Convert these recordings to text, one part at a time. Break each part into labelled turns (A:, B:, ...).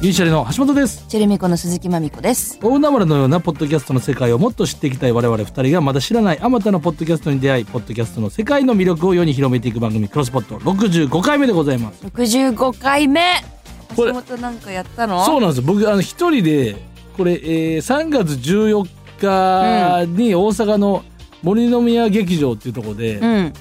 A: ギリシャリの橋本です。
B: チェルミコの鈴木まみこです
A: 大海原のようなポッドキャストの世界をもっと知っていきたい我々二人がまだ知らないあまたのポッドキャストに出会い、ポッドキャストの世界の魅力を世に広めていく番組、クロスポット65回目でございます。
B: 65回目
A: これ
B: 橋本なんかやったの
A: そうなんです。僕、あの、一人で、これ、えー3月14日に大阪の森の宮劇場っていうところで、
B: うん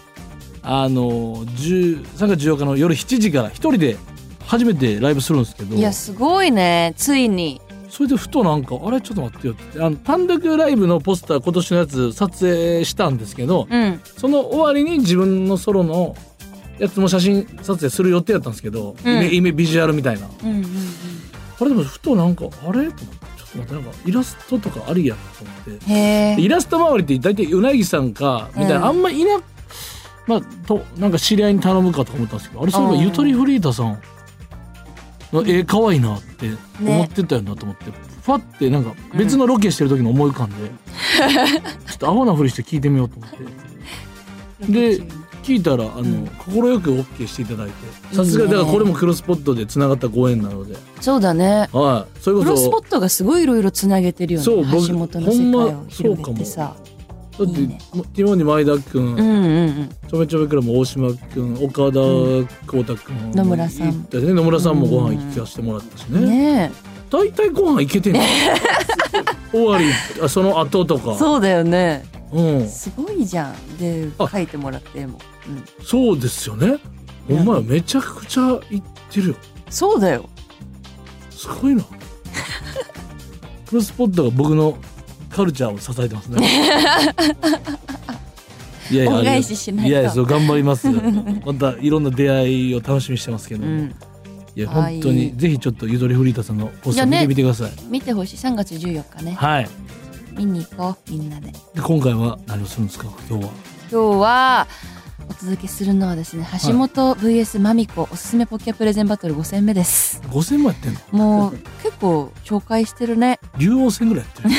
A: あの、10 3月14日の夜7時から一人で初めてライブするんですけど、
B: いやすごいねついに
A: それでふとなんか、あれちょっと待ってよって言って、あの、単独ライブのポスター今年のやつ撮影したんですけど、
B: うん
A: その終わりに自分のソロのやつも写真撮影する予定だったんですけど、
B: うん
A: イメイメビジュアルみたいな
B: うんうん
A: あれでもふとなんかあれと思ってちょっと待ってなんかイラストとかありやと思って
B: へえ
A: でイラスト周りって大体うなぎさんかみたいな、
B: うん
A: あんまいなまあとなんか知り合いに頼むかとか思ったんですけどあれそういえば
B: うん
A: ゆとりフリータさんの絵可愛いなって思ってたよなと思って、ファってなんか別のロケしてる時の思い浮かん で、ちょっとアホなふりして聞いてみようと思って。で聞いたらあの快、く OK していただいてさすが
B: いい
A: だ
B: ね
A: からこれもクロスポットでつながったご縁なので、
B: そうだね
A: はい、それ
B: ク
A: こ
B: ロスポ
A: そ
B: ットがすごいいろいろつなげてるよね
A: そう僕
B: 橋本の世界を広めて
A: ほん
B: さ
A: だって
B: いいね
A: もティモンディ前田
B: う
A: 君、
B: んうん
A: ちょめちょめクラブ大島君岡田浩太君、
B: 野村さん
A: 行ったね野村さんもご飯行かせてもらったし
B: うん
A: ね
B: ね
A: 大体、ご飯行けてんの終わりあその後と
B: え
A: か
B: そうだよね
A: うん、
B: すごいじゃんで
A: あ
B: 書いてもらっても、うん、
A: そうですよねお前めちゃくちゃ行ってるよ
B: そうだよ
A: す ごいな。クロスポットが僕のカルチャーを支えてま すね。いや
B: 恩返ししないと
A: いやいやそう頑張ります。 またいろんな出会いを楽しみにしてますけど、
B: うん
A: いや
B: はい
A: 本当にぜひちょっとゆとりフリータさんのポス
B: いや
A: ト見て
B: ね
A: みてください。
B: 見てほしい3月14日ね
A: はい。
B: 見に行こうみんなで
A: で今回は何をするんですか今日は。
B: 今日はお届けするのはですね橋本 VS まみこおすすめポッキャプレゼンバトル5戦目です
A: 五千万やってんの。
B: もう結構紹介してる ね
A: 竜王戦ぐらいやってる。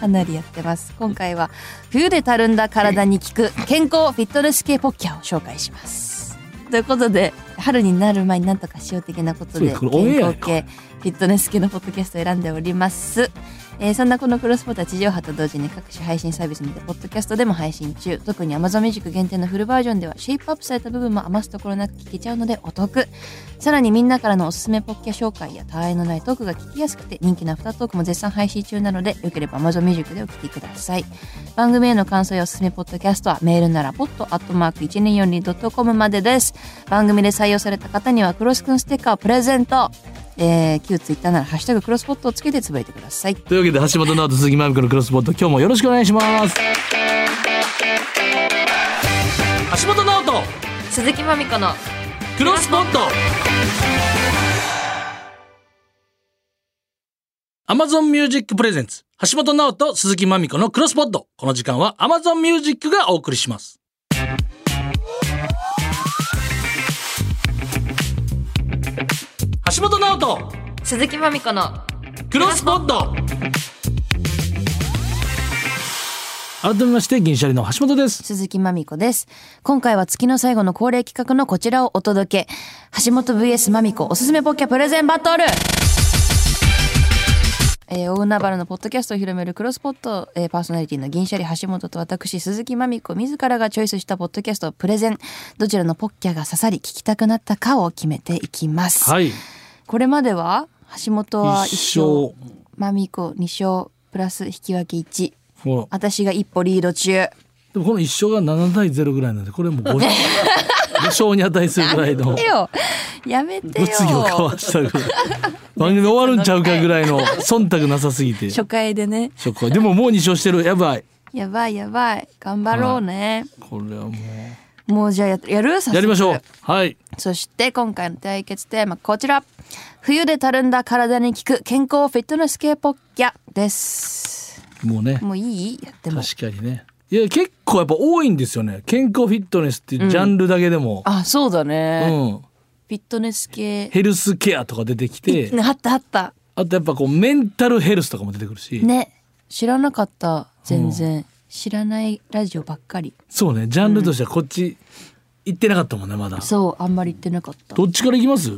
B: かなりやってます今回は冬でたるんだ体に効く健康フィットネス系ポッキャを紹介しますということで春になる前になんとかしよう的なことで
A: そ
B: 健
A: うこれオンエア
B: 康系フィットネス系のポッドキャストを選んでおりますえーそんなこのクロスポーツは地上波と同時に各種配信サービスにてポッドキャストでも配信中特に Amazon Music 限定のフルバージョンではシェイプアップされた部分も余すところなく聞けちゃうのでお得さらにみんなからのおすすめポッキャ紹介やたわいのないトークが聞きやすくて人気のアフタートークも絶賛配信中なのでよければ Amazon Music でお聞きください番組への感想やおすすめポッドキャストはメールなら pod.1242.com までです番組で採用された方にはクロスくんステッカーをプレゼントえー、旧ツイッターならハッシュタグクロスポットをつけてつぶやいてください
A: というわけで橋本直人鈴木まみこのクロスポット今日もよろしくお願いします。
C: 橋本直人
B: 鈴木まみこの
C: クロスポット Amazon Music Presents 橋本直人鈴木まみこのクロスポットこの時間は Amazon Music がお送りします橋本直人
B: 鈴木まみこの
C: クロスポット
A: 改めまして銀シャリの橋本です。
B: 鈴木まみこです。今回は月の最後の恒例企画のこちらをお届け。橋本 VS まみこおすすめポッキャプレゼンバトルえー、大海原のポッドキャストを広めるクロスポット、えーパーソナリティの銀シャリ橋本と私鈴木まみこ自らがチョイスしたポッドキャストをプレゼンどちらのポッキャが刺さり聞きたくなったかを決めていきます、
A: はい。
B: これまでは橋本は1
A: 一
B: 勝まみこ2勝プラス引き分け1
A: ほら
B: 私が一歩リード中
A: でもこの一生が7対0ぐらいなんでこれ もう 5, 勝に値するぐらい
B: や
A: の
B: めてよやめてよ
A: 物議を交わしたぐらい番組終わるんちゃうかぐらいの忖度なさすぎて
B: 初回でね
A: 初回でももう2勝してるやばい
B: やばいやばい頑張ろうね、
A: これはも
B: もうじゃあややる
A: うやりましょうはい
B: そして今回の対決テーマこちら冬でたるんだ体に効く健康フィットネス系ポッキャです
A: もうね
B: もういいやっても
A: 確かにねいや結構やっぱ多いんですよね健康フィットネスっていうジャンルだけでも、
B: あそうだ
A: うん
B: ね、フィットネス系
A: ヘルスケアとか出てき て、
B: ねあったあった
A: あとやっぱこうメンタルヘルスとかも出てくるし、
B: ね知らなかった全然知らないラジオばっかり
A: そうねジャンルとしてはこっち行ってなかったもんねまだ
B: そうあんまり言ってなかった
A: どっちから行きます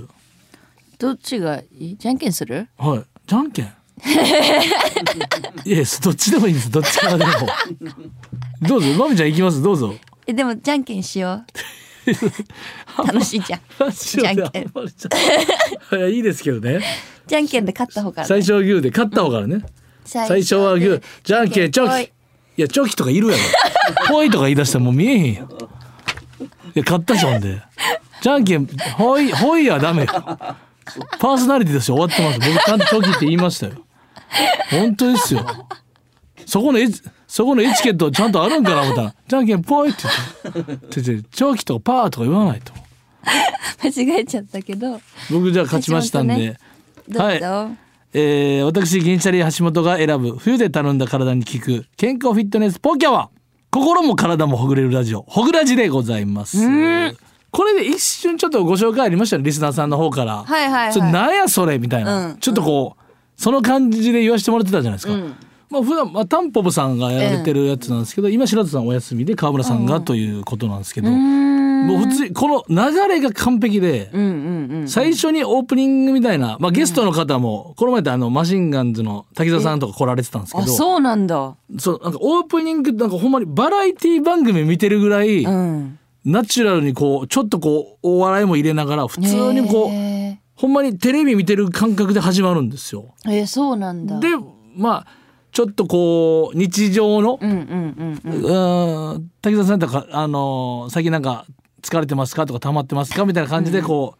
B: どっちがいいじゃんけんする
A: はいじゃんけんいやいやどっちでもいいんですどっちからでもどうぞまみちゃん行きますどうぞ
B: えでもじゃんけんしよ う楽しいじゃん
A: ラジ
B: じ
A: オで
B: ゃんけん
A: あまりちょいやいいですけどね
B: じゃんけんで勝った方から、
A: 最初はグーで勝った方からね、最初はグーじゃんけんチョキ
B: はい
A: いやチョキとかいる やろほいとか言い出したらもう見えへんやんいや勝ったじゃんでじゃんけんほいほいはダメよパーソナリティとして終わってます僕ちゃんとチョキって言いましたよ本当ですよそこのエチそこのエチケットちゃんとあるんかな思ったらじゃんけんぽいって言ってちょちょチョキとかパーとか言わないと
B: 間違えちゃったけど
A: 僕じゃあ勝ちましたんで、
B: 橋本ねどうぞ、
A: えー私銀シャリ橋本が選ぶ冬でたるんだ体に効く健康フィットネスポキャは心も体もほぐれるラジオほぐラジでございますこれで一瞬ちょっとご紹介ありましたねリスナーさんの方から「
B: はいはいはい
A: ちょっとなんやそれ」みたいな、
B: うん
A: ちょっとこう、その感じで言わせてもらってたじゃないですか、まあ普段まあタンポポさんがやられてるやつなんですけど、今白田さんお休みで川村さんがということなんですけど、もう普通にこの流れが完璧で、
B: うんうんうん
A: 最初にオープニングみたいな、まあ、ゲストの方も、この前ってあのマシンガンズの滝沢さんとか来られてたんですけ
B: あ
A: ど
B: そうなんだ
A: そうなんかオープニングってなんかほんまにバラエティ番組見てるぐらい、
B: うん
A: ナチュラルにこうちょっとこうお笑いも入れながら普通にこう、
B: え
A: ほんまにテレビ見てる感覚で始まるんですよ。
B: ーえーそうなんだ
A: でまあちょっとこう日常の、
B: うんうんうんうん
A: うーん滝沢さんとか、あのー最近なんか疲れてますかとか溜まってますかみたいな感じでこ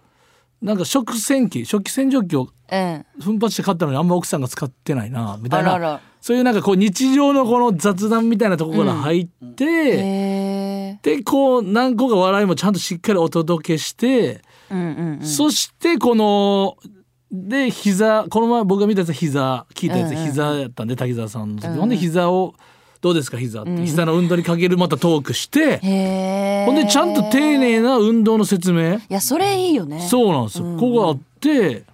A: う、なんか食洗機食器洗浄機を
B: うん
A: 奮発して買ったのにあんま奥さんが使ってないなみたいな
B: あらら
A: そういうなんかこう日常のこの雑談みたいなところから入って、
B: え
A: でこう何個か笑いもちゃんとしっかりお届けして、
B: ーうんうんうん
A: そしてこので膝この前僕が見たやつは膝聞いたやつ
B: うんうん
A: 膝やったんで、滝沢さんの、
B: うん
A: ほんで膝を「どうですか膝」って、膝の運動にかけるまたトークして、
B: へー
A: ほんでちゃんと丁寧な運動の説明。
B: いやそれいいよね
A: そうなんですよ、ここがあって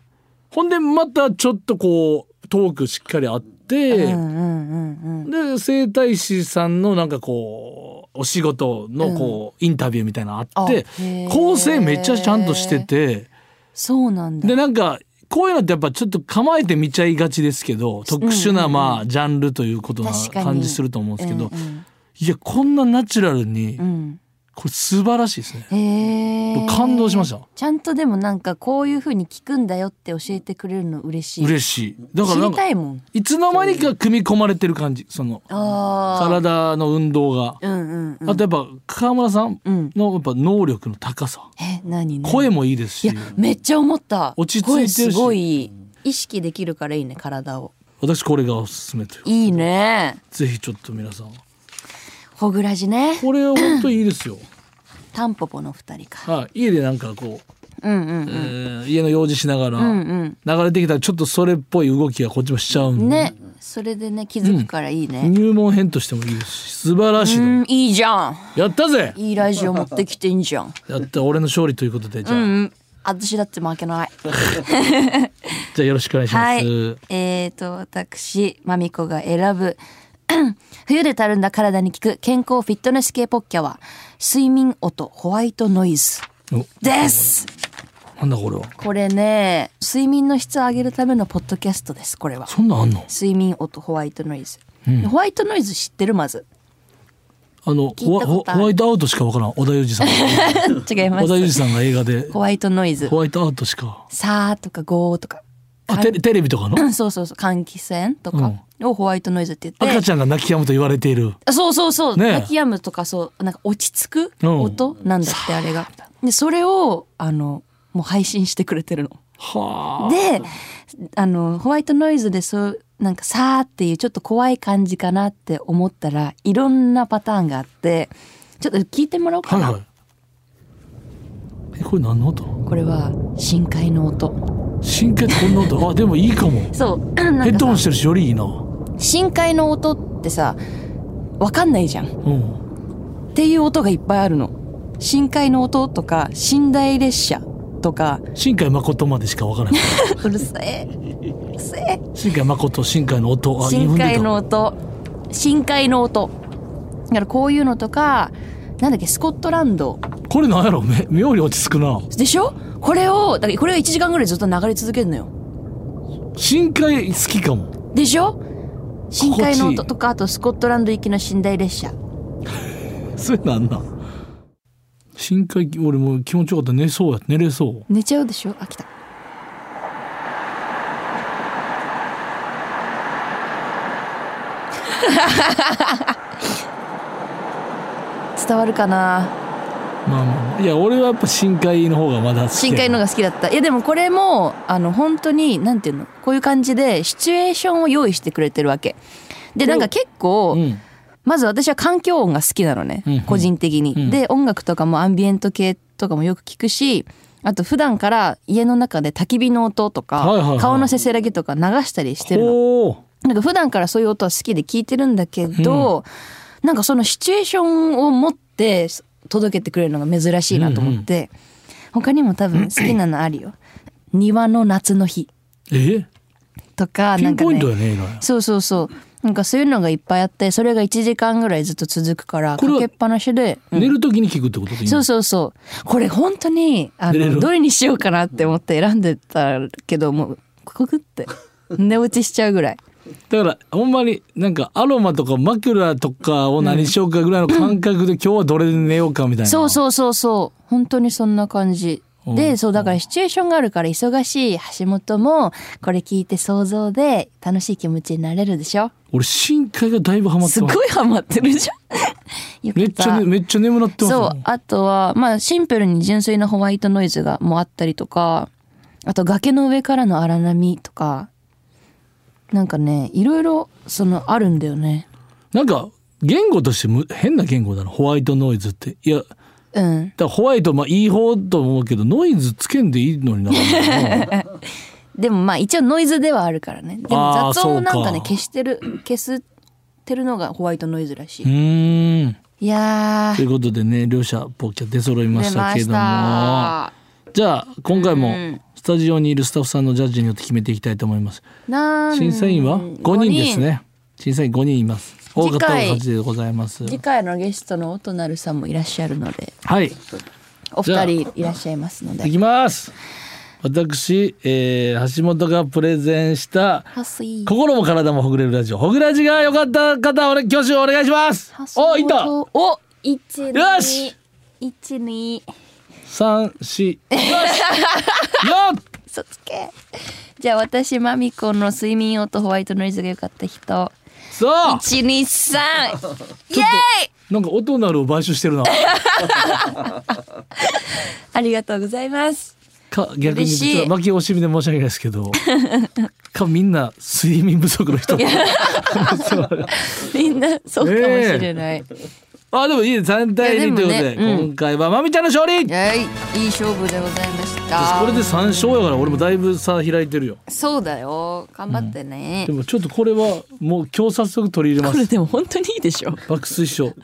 A: ほんでまたちょっとこうトークしっかりあって、
B: うんうんうんうん
A: で整体師さんのなんかこうお仕事のこう、インタビューみたいなのあっ
B: あへ
A: て
B: ー
A: 構成めっちゃちゃんとしてて
B: そうなんだ
A: でなんかこういうのってやっぱちょっと構えて見ちゃいがちですけど特殊なまあジャンルということな
B: 確かに
A: 感じすると思うんですけ
B: う
A: ど、
B: ん
A: いやこんなナチュラルに
B: うん
A: これ素晴らしいですね。
B: うんへー
A: 感動しました
B: ちゃんとでもなんかこういう風に聞くんだよって教えてくれるの嬉しい
A: 嬉しいだから
B: 知
A: なん
B: り
A: か
B: たいもん
A: いつの間にか組み込まれてる感じその
B: あ
A: 体の運動が、
B: あうんうんうん
A: あとやっぱ川村さん
B: うん
A: のやっぱ能力の高さ、
B: え何何
A: 声もいいです
B: いや
A: し
B: めっちゃ思った
A: 落ち着いて
B: 声
A: るし
B: すごい意識できるからいいね体を
A: 私これがおすすめという
B: いいね
A: ぜひちょっと皆さん
B: ほぐらじね
A: これは本当いいですよ
B: タンポポの二人か
A: はい家でなんかこう、
B: うんうん
A: えー家の用事しながら、流れてきたらちょっとそれっぽい動きがこっちもしちゃうんで、
B: ねそれでね気づくからいいね
A: 入門編としてもいいですし素晴らしいと
B: う
A: 思うん
B: いいじゃん
A: やったぜ
B: いいラジオ持ってきていいんじゃん
A: やった俺の勝利ということでじゃあ、
B: うん私だって負けない
A: じゃあよろしくお願いします、
B: はい。えっ、と、私、まみこが選ぶ、 冬でたるんだ体に効く健康フィットネス系ポッキャは、睡眠音ホワイトノイズ
A: お
B: です。
A: なんだこれは
B: これね、睡眠の質を上げるためのポッドキャストです、これは。
A: そんなんあんの
B: 睡眠音ホワイトノイズ。ホワイトノイズ知ってるまず。
A: あの
B: 聞
A: ホ
B: い
A: ワ
B: たことある
A: ホワイトアウトしかわからん小田裕二さん
B: 違いま
A: 小田裕二
B: す。
A: さんが映画で
B: ホワイトノイズ
A: ホ。ワイトアウトしか
B: さーとかごーとか。
A: あテレテレビとかの
B: うんそうそうそう、換気扇とかをホワイトノイズって言って
A: 赤。ちゃんが泣き止むと言われている
B: あそうそうそう、
A: ねえ
B: 泣き止むとかそうなんか落ち着く
A: うん
B: 音なんだってあれが。でそれをあのもう配信してくれてるの。
A: はあ
B: であのホワイトノイズでそうなんかさーっていうちょっと怖い感じかなって思ったらいろんなパターンがあってちょっと聞いてもらおうか
A: はい
B: な。
A: はいえこれ何の音
B: これは深海の音。
A: 深海ってこんな音あでもいいかも
B: そう なんか
A: ヘッドホン
B: さ
A: してるしよりいいなう
B: 深海の音ってさわかんないじゃん。
A: ん
B: っていう音がいっぱいあるの深海の音とか寝台列車とか
A: 新海誠までしかわから ない。
B: うるせえうるせえ
A: 新海誠、新海の音。あ、二
B: 深
A: 分出
B: 海
A: た
B: の音深海の音だからこういうのとかなんだっけスコットランド
A: これなんやろめ妙に落ち着くな。
B: でしょこれをだからこれが1時間ぐらいずっと流れ続けるのよ
A: 深海好きかも。
B: でしょ深海の
A: 心地い
B: 音
A: い
B: とかあとスコットランド行きの寝台列車
A: それなんだ。深海、俺もう気持ちよかった。寝そうや。寝れそう。
B: 寝ちゃうでしょ あ来た伝わるかな
A: まあまあまあ、いや俺はやっぱ深海の方がまだ好き
B: 深海の
A: が
B: が好きだったいやでもこれもあの本当になんていうのこういう感じでシチュエーションを用意してくれてるわけでなんか結構、
A: うん
B: まず私は環境音が好きなのね、
A: うんうん
B: 個人的に、
A: うん
B: で音楽とかもアンビエント系とかもよく聞くしあと普段から家の中で焚き火の音とか、
A: はいはいはい
B: 顔のせせらぎとか流したりしてるの
A: おー
B: なんか普段からそういう音は好きで聞いてるんだけど、なんかそのシチュエーションを持って届けてくれるのが珍しいなと思って、他にも多分好きなのあ るよ「庭の夏の日
A: え」
B: とか
A: ピ
B: な
A: ン
B: んか、
A: ポイ
B: ね
A: ント、やね今
B: そうそうそうなんかそういうのがいっぱいあってそれが1時間ぐらいずっと続くから
A: これ
B: か
A: は
B: けっぱなしで、うん
A: 寝る時に聞くってことで
B: そうそうそうこれ本当にあ
A: 寝れ
B: の
A: る
B: どれにしようかなって思って選んでたけどもうコク って寝落ちしちゃうぐらい
A: だからほんまになんかアロマとかマキュラとかを何しようかぐらいの感覚で今日はどれで寝ようかみたいな
B: そうそうそうそう本当にそんな感じでそうだからシチュエーションがあるから忙しい橋本もこれ聞いて想像で楽しい気持ちになれるでしょ
A: 俺深海がだいぶハマって
B: す
A: ます
B: ごいハマってるじゃん よか
A: め
B: た
A: っちゃ、ね、めっちゃ眠なってます
B: そ
A: も
B: うんあとはまあシンプルに純粋なホワイトノイズがもうあったりとかあと崖の上からの荒波とかなんかねいろいろそのあるんだよね
A: なんか言語としてむ変な言語だなホワイトノイズっていやだか
B: うん
A: らホワイトまあいい方と思うけどノイズつけんでいいのにな
B: でもまあ一応ノイズではあるからねで
A: あ
B: も
A: ー
B: 雑音をなんか
A: そ
B: ね
A: うか
B: 消してる消すってるのがホワイトノイズらし
A: う
B: い
A: ーん
B: いや
A: とい
B: ー
A: うことでね両者ポッキャ出揃いま
B: 出
A: した
B: ま
A: け
B: し
A: ども
B: た
A: じゃあ今回も
B: ん
A: スタジオにいるスタッフさんのジャッジによって決めていきたいと思います
B: なん
A: 審査員は5人ですね審査員5人います多かっ
B: 次
A: た
B: 回
A: ら勝ちでございます
B: 次回のゲストの音なるさんもいらっしゃるので
A: はい
B: お
A: じゃ
B: 二
A: あ
B: 人いらっしゃいますので
A: いきます私、えー橋本がプレゼンした
B: はすい
A: 心も体もほぐれるラジオほぐラジが良かった方俺挙手をお願いしますおいた
B: お一二
A: よし
B: 一二
A: 三四よしよっ
B: そつけじゃあ私マミコの睡眠音とホワイトノイズが良かった人
A: そう
B: 一二三イエーイ
A: なんか音なるを買収してるな
B: ありがとうございます
A: か逆に
B: 嬉しい
A: 実は負け惜しみで申し訳ないです けどかみんな睡眠不足の人
B: みんなそうかもしれない、
A: あでもいいね3対2ということ
B: い
A: で
B: やでもねうん
A: 今回はまみちゃんの勝利、
B: イエーイいい勝負でございました
A: これで3勝やから俺もだいぶ差開いてるよ
B: そうだよ頑張ってね、
A: でもちょっとこれはもう今日早速取り入れま
B: これ
A: す
B: でも本当にいいでしょ
A: 爆睡症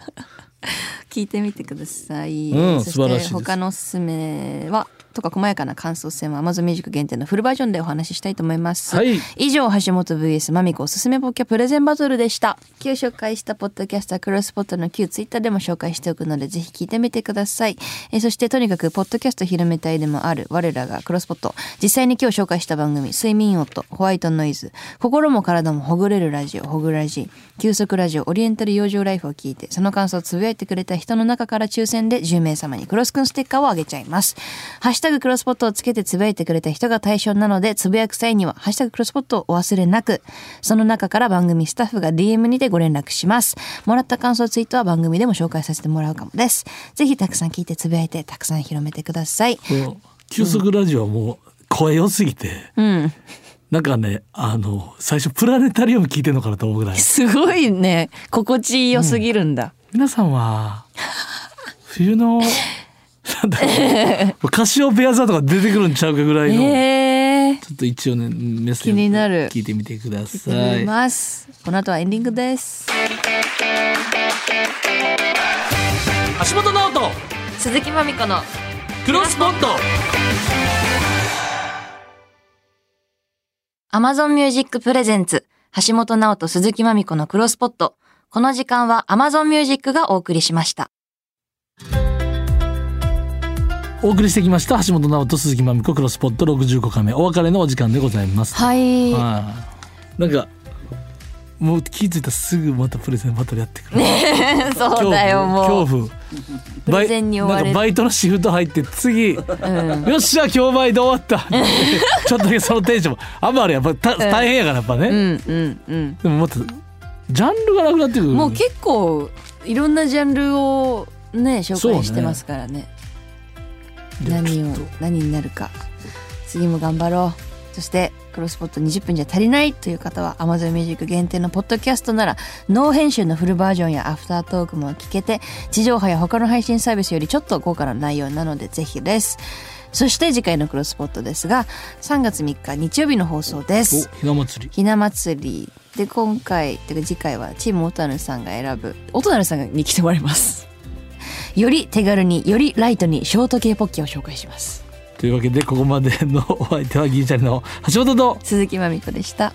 B: 聞いてみてください。
A: うん
B: そ
A: 素晴らしいで
B: して
A: す
B: 他のおすすめはとか細やかな感想戦は Amazon ミュージック限定のフルバージョンでお話ししたいと思います。
A: はい
B: 以上橋本 VS マミコおすすめポッキャプレゼンバトルでした。今日紹介したポッドキャスタークロスポットの旧ツイッターでも紹介しておくのでぜひ聞いてみてください。えーそしてとにかくポッドキャスト広めたいでもある我らがクロスポット実際に今日紹介した番組睡眠音ホワイトノイズ心も体もほぐれるラジオほぐラジ休息ラジオオリエンタル養生ライフを聞いてその感想をつぶやいてくれた人の中から抽選で10名様にクロスくんステッカーをあげちゃいますハッシュタグクロスポットをつけてつぶやいてくれた人が対象なのでつぶやく際にはハッシュタグクロスポットをお忘れなくその中から番組スタッフが DM にてご連絡しますもらった感想ツイートは番組でも紹介させてもらうかもですぜひたくさん聞いてつぶやいてたくさん広めてください
A: この休息ラジオはもう声良すぎて、
B: うん
A: なんかねあの最初プラネタリウム聞いてんのかなと思うぐらい
B: すごいね心地よすぎるんだ、
A: 皆さんは冬のなんだろうカシオペア座とか出てくるんちゃうかぐらいの、
B: へえ
A: ちょっと一応ねメッセージ
B: 気になる
A: 聞いてみてく
B: ー、
A: だ
B: 思
A: さ
B: い
A: い。
B: ますこの後はエンディングです
C: 橋本直人
B: 鈴木まみこの
C: クロスポット
B: Amazon Music Presents 橋本直人鈴木まみこのクロスポット。この時間は Amazon Music がお送りしました。
A: お送りしてきました橋本直人鈴木まみこクロスポット65回目お別れのお時間でございます
B: はい。
A: はいなんかもう気づいたらすぐまたプレゼンバトルやってくる、
B: そうだよ、もう。
A: 恐怖
B: プレゼンに追われる
A: バイなんかバイトのシフト入って次、よっしゃ今日バイト終わったちょっとだけそのテンションもあんまあれやっぱた大変やからやっぱね、
B: うんうんうん。
A: でもまたジャンルがなくなってくる
B: もう結構、いろんなジャンルをね、紹
A: そうね
B: 介してますからね。
A: で
B: 何
A: ち
B: を
A: ょっと
B: 何になるか次も頑張ろうそしてクロスポット20分じゃ足りないという方は Amazon Music 限定のポッドキャストならノー編集のフルバージョンやアフタートークも聞けて地上波や他の配信サービスよりちょっと豪華な内容なのでぜひですそして次回のクロスポットですが3月3日日曜日の放送です
A: おひな祭り
B: ひな祭りで今回てか次回はチーム音ルさんが選ぶ音ルさんに来てもらいますより手軽によりライトにショート系ポッキーを紹介します
A: というわけでここまでのお相手は銀シャリの橋本と
B: 鈴木まみこでした